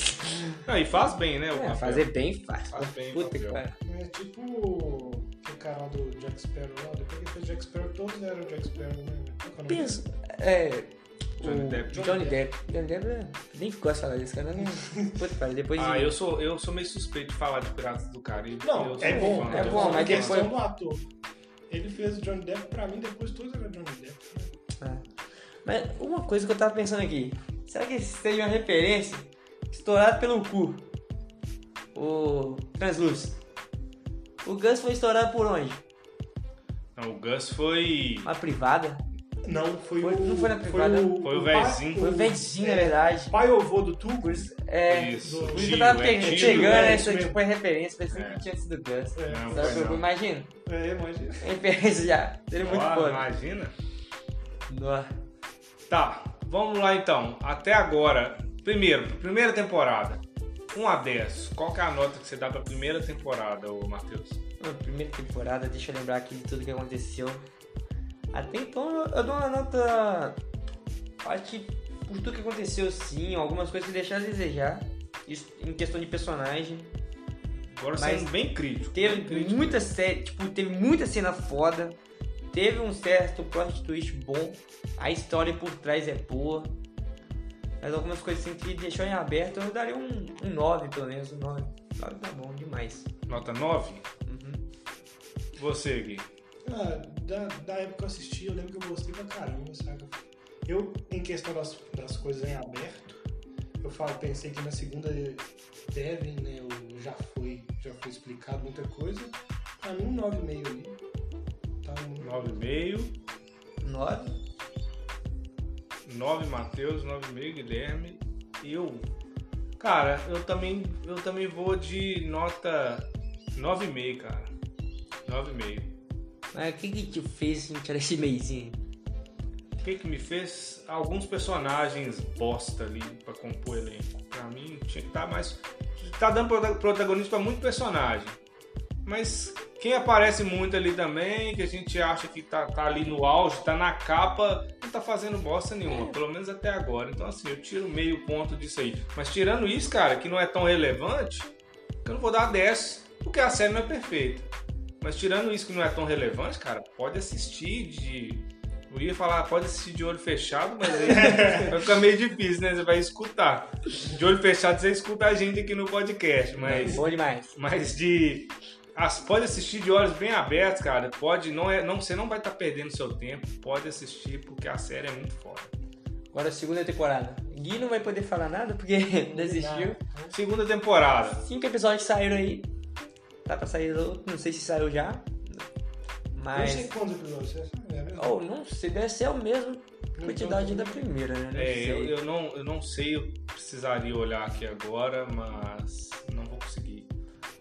A: Ah, e faz bem, né? O
B: *laughs* É,
A: papel.
B: fazer bem fácil.
A: Faz bem o
B: Puta que
A: papel.
B: pariu.
C: É tipo o cara do Jack Sparrow lá. Depois que fez Jack Sparrow, todos eram Jack Sparrow, né? Qual que é o nome dele?
B: Pensa, é...
A: Johnny
B: o
A: Depp.
B: Johnny Depp. Johnny Depp, é- nem gosto de falar desse
A: *laughs*
B: cara, né? Puta que pariu, depois...
A: Ah,
B: de-
A: eu sou, eu sou meio suspeito de falar de Piratas do Caribe. eu
C: Não,
A: sou
C: é bom.
A: fã.
B: é
C: eu
B: bom,
C: sou
B: mas
C: questão
B: depois-
C: do ator. Ele fez o Johnny Depp, pra mim, depois todos eram Johnny Depp.
B: Ah. Mas uma coisa que eu tava pensando aqui. Será que esse seja uma referência? Estourado pelo cu. O Transluz. O Gus foi estourado por onde?
A: Não, o Gus foi.
B: Uma privada?
C: Não, foi,
B: Foi-
C: o...
B: não foi na privada?
A: Foi o
C: pai-
A: Vezinho.
B: Foi o né? Ventinho, na
C: é,
B: verdade.
C: Pai ou vô do Tugo.
B: É.
A: Isso.
B: Por isso
C: Por
B: que
A: tio,
B: eu tava
A: é
B: pe-
A: tio.
B: pegando
C: é
B: essa
C: isso
B: tipo de referência, pensando
A: É.
B: que tinha sido o Gus.
C: É,
A: Não,
B: Sabe o que
A: foi
B: eu
A: não.
B: imagino?
C: é, imagina.
B: Referência já. Seria é muito
A: Ó,
B: foda.
A: imagina.
B: Nó.
A: Tá, vamos lá então. Até agora, primeiro, primeira temporada. 1 a 10. Qual que é a nota que você dá pra primeira temporada, ô Matheus?
B: Mano, primeira temporada, deixa eu lembrar aqui de tudo que aconteceu. Até então eu, eu dou uma nota. Acho que por tudo que aconteceu sim, algumas coisas que deixaram a desejar. Isso em questão de personagem.
A: Agora
B: Mas
A: sendo bem crítico. bem
B: Teve
A: crítico.
B: muita série. Tipo, teve muita cena foda. Teve um certo plot twist bom. A história por trás é boa. Mas algumas coisas assim que deixou em aberto, eu daria um, um 9 pelo menos. Um 9. 9 tá bom demais.
A: Nota 9?
B: Uhum.
A: Você, Gui.
C: Ah, da, da época que eu assisti, eu lembro que eu gostei pra caramba, saca? Eu, em questão das, das coisas em aberto, eu falo, pensei que na segunda devem, né? eu- já foi, já foi explicado muita coisa. Pra mim, um 9,5 ali. Tá um
A: 9,5.
B: 9?
A: 9 Matheus, 9,5 Guilherme. Eu. Cara, eu também, eu também vou de nota 9,5, cara. 9,5.
B: Mas o que que te fez sentir esse meizinho?
A: O que, que me fez? Alguns personagens bosta ali pra compor elenco. Pra mim, tinha que estar mais. Tá dando prota- protagonismo pra muito personagem. Mas quem aparece muito ali também, que a gente acha que tá, tá ali no auge, tá na capa, não tá fazendo bosta nenhuma, pelo menos até agora. Então, assim, eu tiro meio ponto disso aí. Mas tirando isso, cara, que não é tão relevante, eu não vou dar 10, porque a série não é perfeita. Mas tirando isso que não é tão relevante, cara, pode assistir de. Eu ia falar, pode assistir de olho fechado, mas aí vai ficar meio difícil, né? Você vai escutar. De olho fechado você escuta a gente aqui no podcast, mas.
B: Bom demais.
A: Mas de. as- pode assistir de olhos bem abertos, cara. Pode, não é, não, você não vai estar perdendo seu tempo. Pode assistir porque a série é muito foda.
B: Agora a segunda temporada. Gui não vai poder falar nada porque *laughs* desistiu.
A: Segunda temporada.
B: Cinco episódios saíram aí. Tá pra sair outro, não sei se saiu já.
C: Não sei
B: Mas.
C: quantos episódios você sabe, é Então, mesmo?
B: Ou não sei, deve ser a mesma
C: Não
B: quantidade
C: tô-
B: da primeira, né? Não
A: É,
B: sei.
A: eu, eu não, eu não sei, eu precisaria olhar aqui agora, mas não vou conseguir.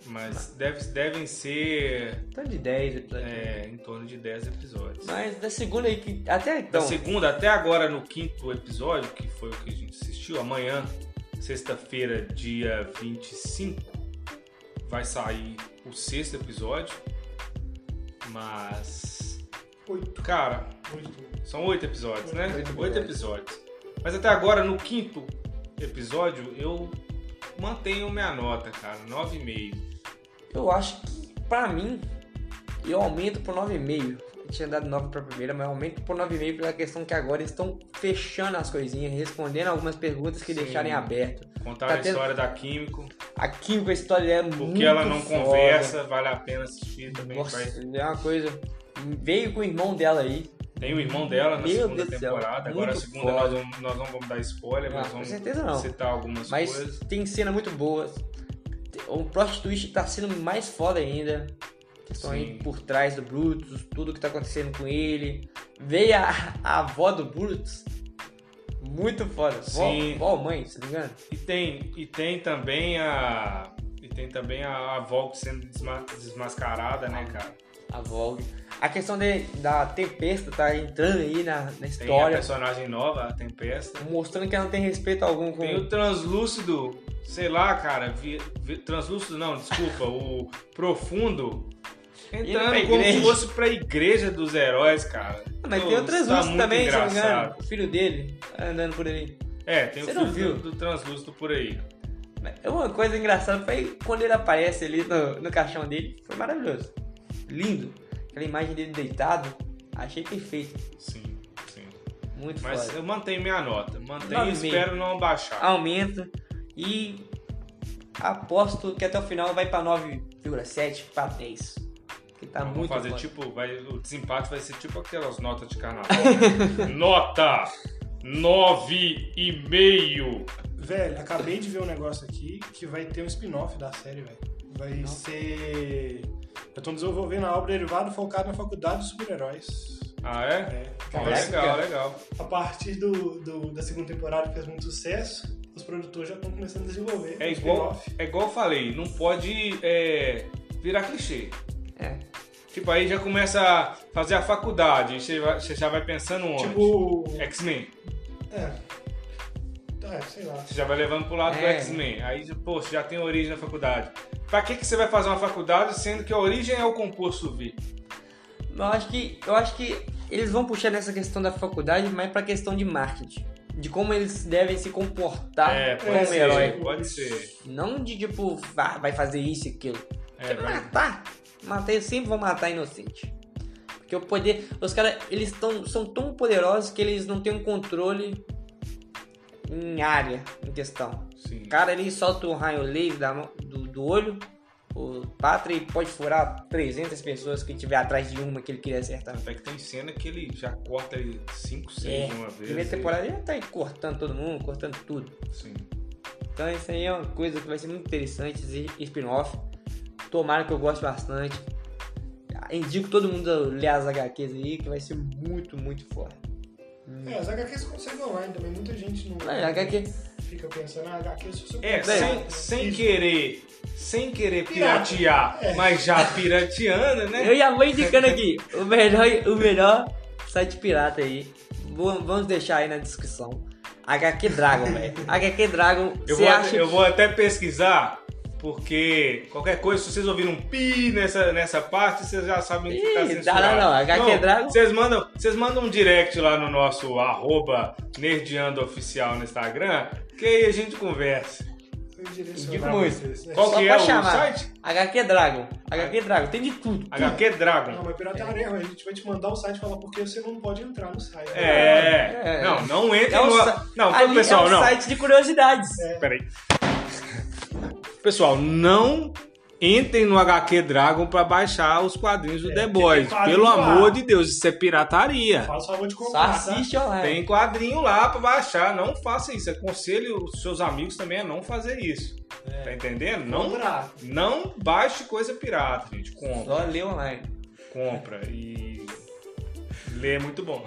A: Mas deve, devem ser
B: Tá de 10 episódios.
A: é, em torno de 10 episódios.
B: Mas da segunda aí que. Até então.
A: Da segunda até agora no quinto episódio, que foi o que a gente assistiu, amanhã, sexta-feira, dia 25, vai sair o sexto episódio. Mas.
C: Oito.
A: Cara,
B: é
C: Oito.
A: são oito episódios, né?
B: Oito episódios.
A: Oito episódios. Mas até agora, no quinto episódio, eu mantenho minha nota, cara. 9,5.
B: Eu acho que, pra mim, eu aumento pro 9,5. Eu tinha dado 9 pra primeira, mas eu aumento pro 9,5 pela questão que agora eles estão fechando as coisinhas, respondendo algumas perguntas que
A: Sim.
B: deixarem aberto.
A: Contar
B: Tá
A: a
B: tendo-
A: história da Químico,
B: A química, a história é
A: o
B: muito
A: que ela não
B: foda.
A: conversa, vale a pena assistir também.
B: Nossa,
A: vai-
B: é uma coisa... Veio com o irmão dela aí.
A: Tem o irmão dela na
B: Meu
A: segunda
B: Deus do céu,
A: temporada. Agora a
B: muito
A: segunda
B: foda.
A: nós, vamos- nós não vamos dar spoiler,
B: Ah,
A: mas
B: com
A: vamos
B: certeza não.
A: citar algumas
B: Mas
A: coisas.
B: tem cena muito boa. O plot twist tá sendo mais foda ainda. Estão aí
A: Sim.
B: por trás do Brutus, tudo que tá acontecendo com ele. Veio a, a avó do Brutus. Muito foda. Vó,
A: Sim.
B: vó ou mãe, se não me engano.
A: E tem, e tem também a. E tem também a, a Volk sendo desma- desmascarada, né, cara?
B: A Vogue. A questão de- da Tempesta tá entrando aí na, na
A: Tem a
B: história.
A: personagem nova, a Tempesta.
B: Mostrando que ela não tem respeito algum com
A: Tem o Translúcido, sei lá, cara. Vi, vi- translúcido não, desculpa. o Profundo.
B: Indo
A: Entrando
B: pra
A: como
B: igreja.
A: se fosse pra igreja dos heróis, cara.
B: Mas
A: Pô,
B: tem o
A: isso tá
B: Translúcido
A: muito
B: também, se não me engano.
A: engraçado.
B: O filho dele tá andando por ali.
A: É, tem
B: Você
A: o
B: não
A: filho
B: viu?
A: do, do Translúcido por aí.
B: É Uma coisa engraçada foi quando ele aparece ali no, no caixão dele, foi maravilhoso. Lindo. Aquela imagem dele deitado, achei perfeito.
A: Sim, sim.
B: Muito
A: Mas
B: foda.
A: eu mantenho minha nota. Mantenho
B: Nove
A: e
B: e meio. Ah,
A: espero não baixar.
B: Aumenta e aposto que até o final vai pra 9,7 pra 10. Que tá
A: Vamos
B: muito
A: fazer
B: foda.
A: tipo, vai, o desempate vai ser tipo aquelas notas de carnaval.
B: *laughs*
A: Né? Nota 9,5.
C: Velho, acabei de ver um negócio aqui que vai ter um spin-off da série, velho. Vai ser. Eu estão desenvolvendo a obra derivada focada na faculdade dos super-heróis.
A: Ah, é?
C: É,
A: Ó,
B: Caraca.
A: legal, legal.
C: a partir do, do- da segunda temporada que fez muito sucesso, os produtores já estão começando a desenvolver.
A: É
C: um
A: igual,
C: spin-off.
A: é igual eu falei, não pode é, virar clichê.
B: É.
A: Tipo, aí já começa a fazer a faculdade, aí você, vai- você já vai pensando onde?
C: Tipo.
A: X-Men.
C: É. É, sei lá.
A: Você já vai levando pro lado do
B: É.
A: X-Men. Aí, pô, você já tem origem na faculdade. Pra que, que você vai fazer uma faculdade sendo que a origem é o concurso V?
B: Mas eu acho que eu acho que eles vão puxar nessa questão da faculdade, mas pra questão de marketing. De como eles devem se comportar
A: É, pode
B: como um
A: ser,
B: herói.
A: pode ser.
B: Não de tipo, vá, vai fazer isso e aquilo.
A: É,
B: Quer
A: vai-
B: matar? Matar, eles sempre vão matar inocente. Porque o poder. Os caras, eles tão, são tão poderosos que eles não têm um controle em área em questão.
A: sim.
B: O cara ali solta um raio laser da mão- do, do olho, o pátria, e pode furar 300 pessoas que tiver atrás de uma que ele queria acertar.
A: Até que tem cena que ele já corta 5, 6
B: É,
A: de uma vez.
B: Primeira
A: e-
B: temporada ele tá aí cortando todo mundo, cortando tudo.
A: Sim.
B: Então isso aí é uma coisa que vai ser muito interessante esse spin-off. Tomara que eu goste bastante. Indico todo mundo a ler as HQs aí, que vai ser muito, muito forte.
C: É, as HQs conseguem online também. Muita gente não.
B: Não, HQ,
C: Fica pensando, ah, HQ só se eu
A: É,
C: comprar,
A: sem,
C: né?
A: sem
C: Isso.
A: querer. Sem querer
C: Pirata.
A: piratear, mas já pirateando, né?
B: É. eu e a mãe indicando aqui, o melhor, o melhor site pirata aí. Vou- Vamos deixar aí na descrição. HQ Dragon, velho. HQ Dragon,
A: Eu
B: você
A: vou,
B: acha...
A: até, eu vou até pesquisar, porque qualquer coisa, se vocês ouviram um pi nessa, nessa parte, vocês já sabem que tá
B: Ih,
A: censurado.
B: não, não, não, HQ Dragon.
A: Vocês mandam, vocês mandam um direct lá no nosso arroba nerdeandooficial no Instagram, que aí a gente conversa.
B: Indico
C: direcionar
B: muito.
C: vocês, né?
A: Qual
B: Só
A: que é
B: pra
A: o
B: chamar.
A: site?
B: HQ Dragon. HQ Dragon, tem de tudo.
A: HQ
C: Não,
A: Dragon.
C: mas pirataria, é a gente vai te mandar o site e falar porque você não pode entrar no site.
A: É.
B: É.
A: Não, não entra
B: É um
A: no.
B: sa-
A: Não, então,
B: Ali
A: pessoal,
B: é um
A: não.
B: site de curiosidades.
A: Peraí. Pessoal, não entrem no HQ Dragon pra baixar os quadrinhos do The Boys.
C: É, tem quadrinho
A: Pelo
C: lá.
A: amor de Deus, isso é pirataria.
C: Faz o favor de
B: Só
C: comprar, tá?
B: assiste online.
A: é? Tem quadrinho lá pra baixar. Não faça isso. Aconselho os seus amigos também a não fazer isso.
C: É.
A: Tá entendendo? Não,
C: Comprar.
A: não baixe coisa pirata, gente. Compra.
B: Só lê online.
A: Compra. E. Lê é muito bom.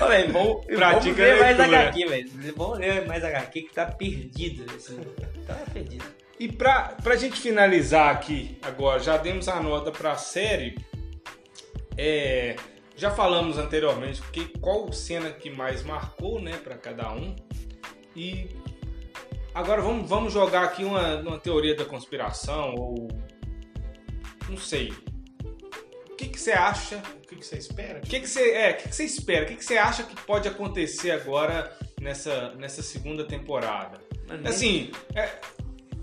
B: Ô, velho, vamos, vamos
A: Pratica
B: ler mais
A: leitura.
B: HQ, velho. Vamos ler mais HQ que tá perdido. Assim. Tá perdido.
A: E pra, pra gente finalizar aqui agora, já demos a nota pra série. É, já falamos anteriormente que qual cena que mais marcou, né, pra cada um. E agora vamos, vamos jogar aqui uma, uma teoria da conspiração ou não sei. O que que você acha?
C: O que que você espera?
A: O que que você é? O que que você espera? O que que você acha que pode acontecer agora nessa nessa segunda temporada?
B: Mano,
A: Assim, é,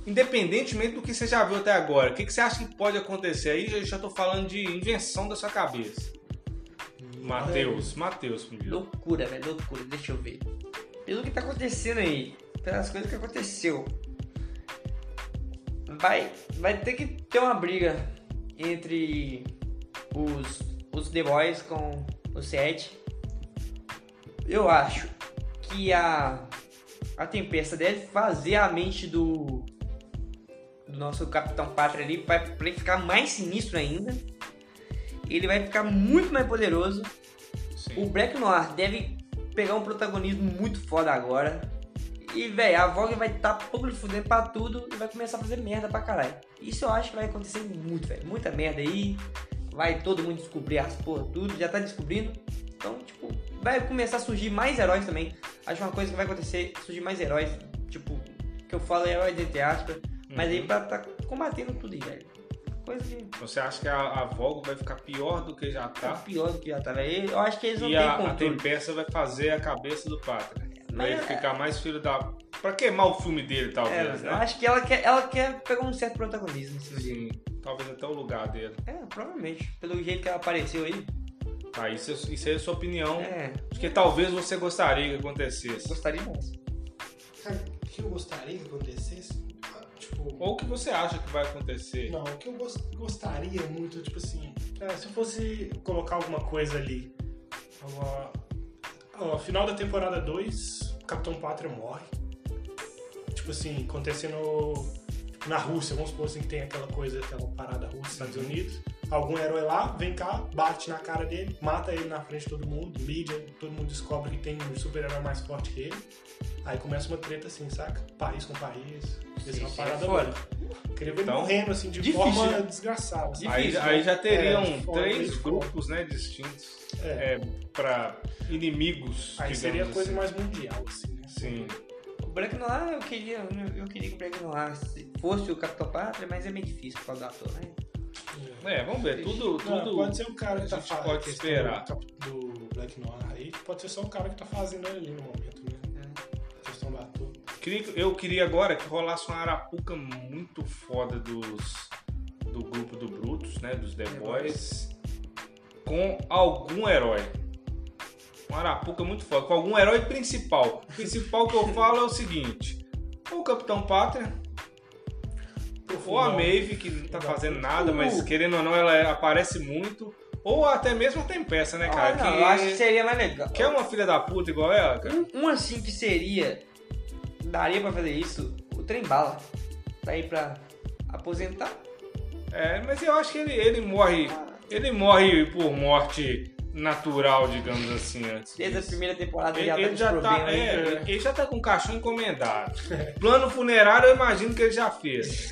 A: independentemente do que você já viu até agora, o que, que você acha que pode acontecer? Aí eu já tô falando de invenção da sua cabeça. Matheus, Matheus primeiro.
B: Loucura, velho, loucura. Deixa eu ver. Pelo que tá acontecendo aí, pelas coisas que aconteceu, vai, vai ter que ter uma briga entre os, os The Boys com o Seth. Eu acho que a, a Tempesta deve fazer a mente do, do nosso Capitão Pátria ali pra, pra ele ficar mais sinistro ainda. Ele vai ficar muito mais poderoso. O
A: Sim.
B: Black Noir deve pegar um protagonismo muito foda agora. E, véi, a Vogue vai estar tá pouco de fudendo pra tudo e vai começar a fazer merda pra caralho. Isso eu acho que vai acontecer muito, velho. Muita merda aí. Vai todo mundo descobrir as porra tudo, já tá descobrindo. Então, tipo, vai começar a surgir mais heróis também. Acho uma coisa que vai acontecer, surgir mais heróis. Tipo, que eu falo heróis entre aspas. Mas aí pra tá combatendo tudo aí, velho. Coisa de
A: Uhum. Você acha que a, a Volgo vai ficar pior do que já tá?
B: pior do que já tá, velho. Eu acho que eles não
A: E
B: têm
A: a, a
B: controle.
A: Tempesta vai fazer a cabeça do Pátria. Pra
B: Mas
A: ele
B: é-
A: ficar mais filho da. Pra queimar o filme dele,
B: É,
A: talvez,
B: eu
A: né?
B: acho que ela quer, ela quer pegar um certo protagonismo em cima dele.
A: Sim. Talvez até o lugar dele.
B: É, provavelmente. Pelo jeito que ela apareceu aí. então,
A: Tá, isso, é- isso aí é a sua opinião.
B: É,
A: De que talvez você gostaria que acontecesse.
B: gostaria mais.
C: Tipo, Cara, o que eu gostaria que acontecesse? Ah, Tipo,
A: Ou o que você acha que vai acontecer.
C: Não, o que eu gos- gostaria muito, tipo assim, é, se eu fosse colocar alguma coisa ali, alguma... ó, final da temporada 2, Capitão Pátria morre. Tipo assim, acontecendo na Rússia, vamos supor assim que tem aquela coisa, aquela parada
B: Uhum.
C: russa, Estados Unidos. Algum herói lá, vem cá, bate na cara dele, mata ele na frente de todo mundo, mídia, todo mundo descobre que tem um super-herói mais forte que ele. Aí começa uma treta assim, saca? País com país. Ia ser uma
B: Isso é
C: parada
B: foda.
C: louca. Queria ver ele
A: Então,
C: morrendo, assim, de
B: difícil,
C: forma
B: né?
C: desgraçada. assim. sabe?
A: Aí,
B: Difícil,
A: aí já teriam
C: É, foda,
A: três
C: isso.
A: grupos né, distintos
C: É.
A: é, para inimigos.
C: Aí
A: digamos
C: seria a coisa
A: assim.
C: mais mundial, assim, né?
A: Sim.
B: O Black Noir, eu queria, eu queria que o Black Noir se- fosse o Capitão Pátria, mas é meio difícil por causa do ator, né?
A: É, vamos ver. Tudo.
C: Não,
A: tudo...
C: pode ser um cara
A: a
C: que tá
A: gente
C: fazendo.
A: pode esperar.
C: Do, do Black Noir aí, pode ser só um cara que tá fazendo ele ali no momento, né?
A: É.
C: Questão da ator.
A: Queria- Eu queria agora que rolasse uma arapuca muito foda dos, do grupo do Brutus, né? Dos The
B: The
A: Boys, com algum herói. Uma arapuca muito foda, com algum herói principal. O principal que eu falo é o seguinte: ou o Capitão Pátria, ou a Maeve, que não tá fazendo nada, mas
B: Uh.
A: querendo ou não, ela é, aparece muito. Ou até mesmo a Tempesta, né, cara?
B: Ah, não,
A: que,
B: eu acho que seria mais legal.
A: que é uma filha da puta igual ela, cara.
B: Um, um assim que seria, daria pra fazer isso, o Trem Bala. Tá aí pra aposentar.
A: É, mas eu acho que ele, ele morre. Ele morre por morte natural, digamos assim, antes.
B: Desde a
A: disso.
B: primeira temporada
A: Ele,
B: já tá
A: ele
B: com
A: já
B: problema
A: tá,
B: aí.
A: é,
B: né?
A: ele já tá com o caixão encomendado. Plano funerário, eu imagino que ele já
B: *laughs*
A: fez.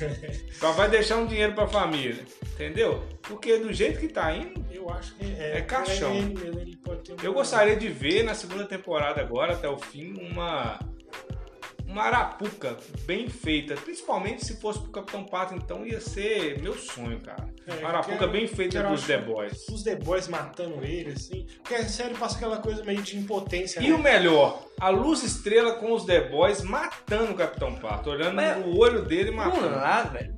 A: Só vai deixar um dinheiro pra família. Entendeu? Porque do jeito que tá indo.
C: Eu acho que é.
A: É caixão.
C: Ele mesmo, ele pode ter uma-
A: Eu gostaria de ver na segunda temporada agora, até o fim, uma. uma arapuca bem feita, principalmente se fosse pro Capitão Pato, então ia ser meu sonho, cara.
C: É,
A: uma arapuca
C: quero-
A: bem feita
C: quero
A: dos
C: achar-
A: The Boys.
C: Os The Boys matando ele, assim. Porque a série passa aquela coisa meio de impotência,
A: E o
C: né?
A: melhor, a Luz Estrela com os The Boys matando o Capitão Pato, olhando
B: Mas-
A: no olho dele e
B: Por um
A: matando.
B: lado, velho,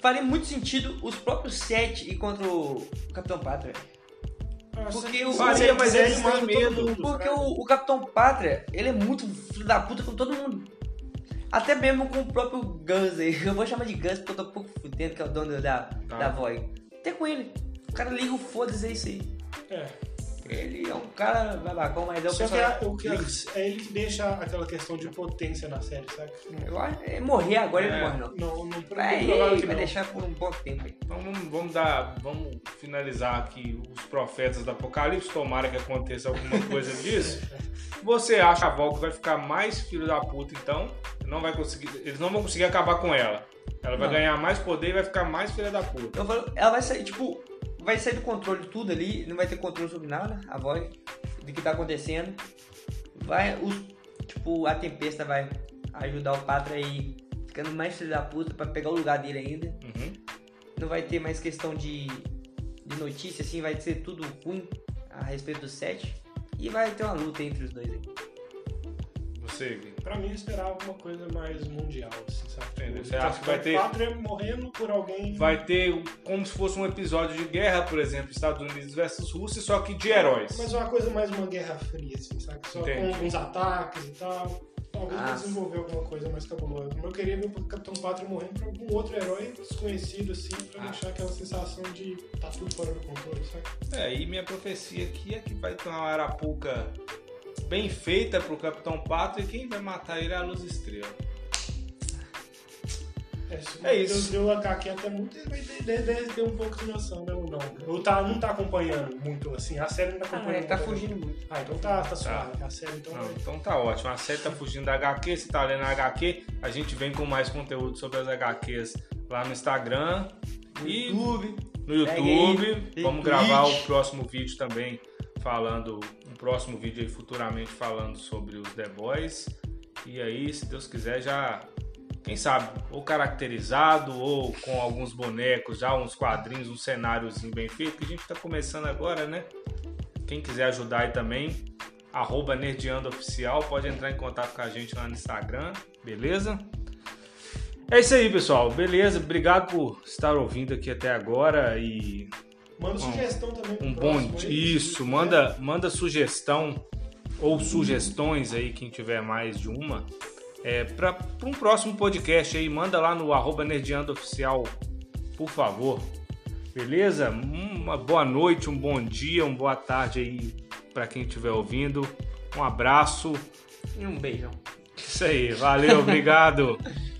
B: faria muito sentido os próprios sete ir contra o Capitão Pátria.
C: Nossa,
B: porque o-
C: se
B: faria,
C: ele
A: mas
C: quiser,
A: eles
C: ele mata
A: têm
C: todo
A: medo.
C: mundo, né?
B: Porque
C: cara.
B: o, o Capitão Pátria, ele é muito filho da puta com todo mundo. Até mesmo com o próprio Guns aí. *laughs* Eu vou chamar de Guns porque eu tô um pouco fudendo, que é o dono da,
A: Tá.
B: da Void. Até com ele. O cara liga o foda-se, é isso aí.
C: É.
B: Ele é um cara babacão, mas é o
C: Só que
B: personagem.
C: é, o que é ele que deixa aquela questão de potência na série, sabe?
B: Eu acho- é morrer agora ele
A: É.
B: não morre, não.
C: Não, não pro-
B: Vai,
C: provável que
B: vai
C: não.
B: deixar por um bom tempo aí.
A: Então vamos, vamos dar, vamos finalizar aqui os profetas do Apocalipse, tomara que aconteça alguma coisa disso. Você acha que a Valk vai ficar mais filho da puta, então não vai conseguir, eles não vão conseguir acabar com ela. Ela vai
B: Não.
A: ganhar mais poder e vai ficar mais filha da puta.
B: Eu falo, ela vai sair, tipo, vai sair do controle tudo ali, não vai ter controle sobre nada, a voz, do que tá acontecendo. Vai, os, tipo, a tempesta vai ajudar o Patra aí, ficando mais filho da puta pra pegar o lugar dele ainda.
A: Uhum.
B: Não vai ter mais questão de, de notícia, assim, vai ser tudo ruim a respeito do set. E vai ter uma luta entre os dois aí.
A: Você, Gui.
C: Pra mim, eu esperava uma coisa mais mundial, assim, sabe?
A: Entendeu?
C: Tipo,
A: É, Você acha que vai ter-
C: Pátria morrendo por alguém.
A: vai ter como se fosse um episódio de guerra, por exemplo, Estados Unidos versus Rússia, só que de heróis.
C: Mas é uma coisa mais uma guerra fria, assim, sabe? Só
A: Entendi.
C: com uns ataques e tal. Talvez
B: Ah.
C: ah. desenvolver alguma coisa mais cabulosa. Mas eu queria ver o Capitão Pátria morrendo pra algum outro herói desconhecido, assim, pra
A: Ah.
C: deixar aquela sensação de tá tudo fora do controle, sabe?
A: É, e minha profecia aqui é que vai ter uma arapuca bem feita pro Capitão Pato e quem vai matar ele é a Luz Estrela.
C: É, se o
A: É isso.
C: Matheus deu a HQ até muito, ele vai ter- deve, deve ter um pouco de noção, né? Ou não. Ou tá, não tá acompanhando muito, assim. A série não tá
B: Ah,
C: acompanhando.
B: moleque, tá
C: muito.
B: fugindo muito.
C: Ah, então tá, tá suave. A série então.
A: Não, então tá ótimo. A série tá fugindo da HQ, se tá lendo a HQ, a gente vem com mais conteúdo sobre as HQs lá no Instagram
B: No
A: e
B: YouTube.
A: no
B: Segue
A: YouTube.
B: aí.
A: Vamos
B: E
A: gravar
B: Twitch.
A: o próximo vídeo também falando, um próximo vídeo aí futuramente falando sobre os The Boys. E aí, se Deus quiser, já quem sabe, ou caracterizado ou com alguns bonecos, já uns quadrinhos, um cenáriozinho bem feito, que a gente tá começando agora, né? Quem quiser ajudar aí também, arroba Nerdeando Oficial, pode entrar em contato com a gente lá no Instagram, beleza? É isso aí, pessoal. Beleza, obrigado por estar ouvindo aqui até agora e
C: Manda sugestão também pro
A: um bom
C: próximo é aí, se
A: isso,
C: quiser.
A: manda manda sugestão ou sugestões aí quem tiver mais de uma é para um próximo podcast aí manda lá no arroba Nerdeando Oficial, por favor. Beleza? Uma boa noite, um bom dia, uma boa tarde aí para quem estiver ouvindo. Um abraço.
B: E um beijão.
A: *laughs* Isso aí, valeu, obrigado.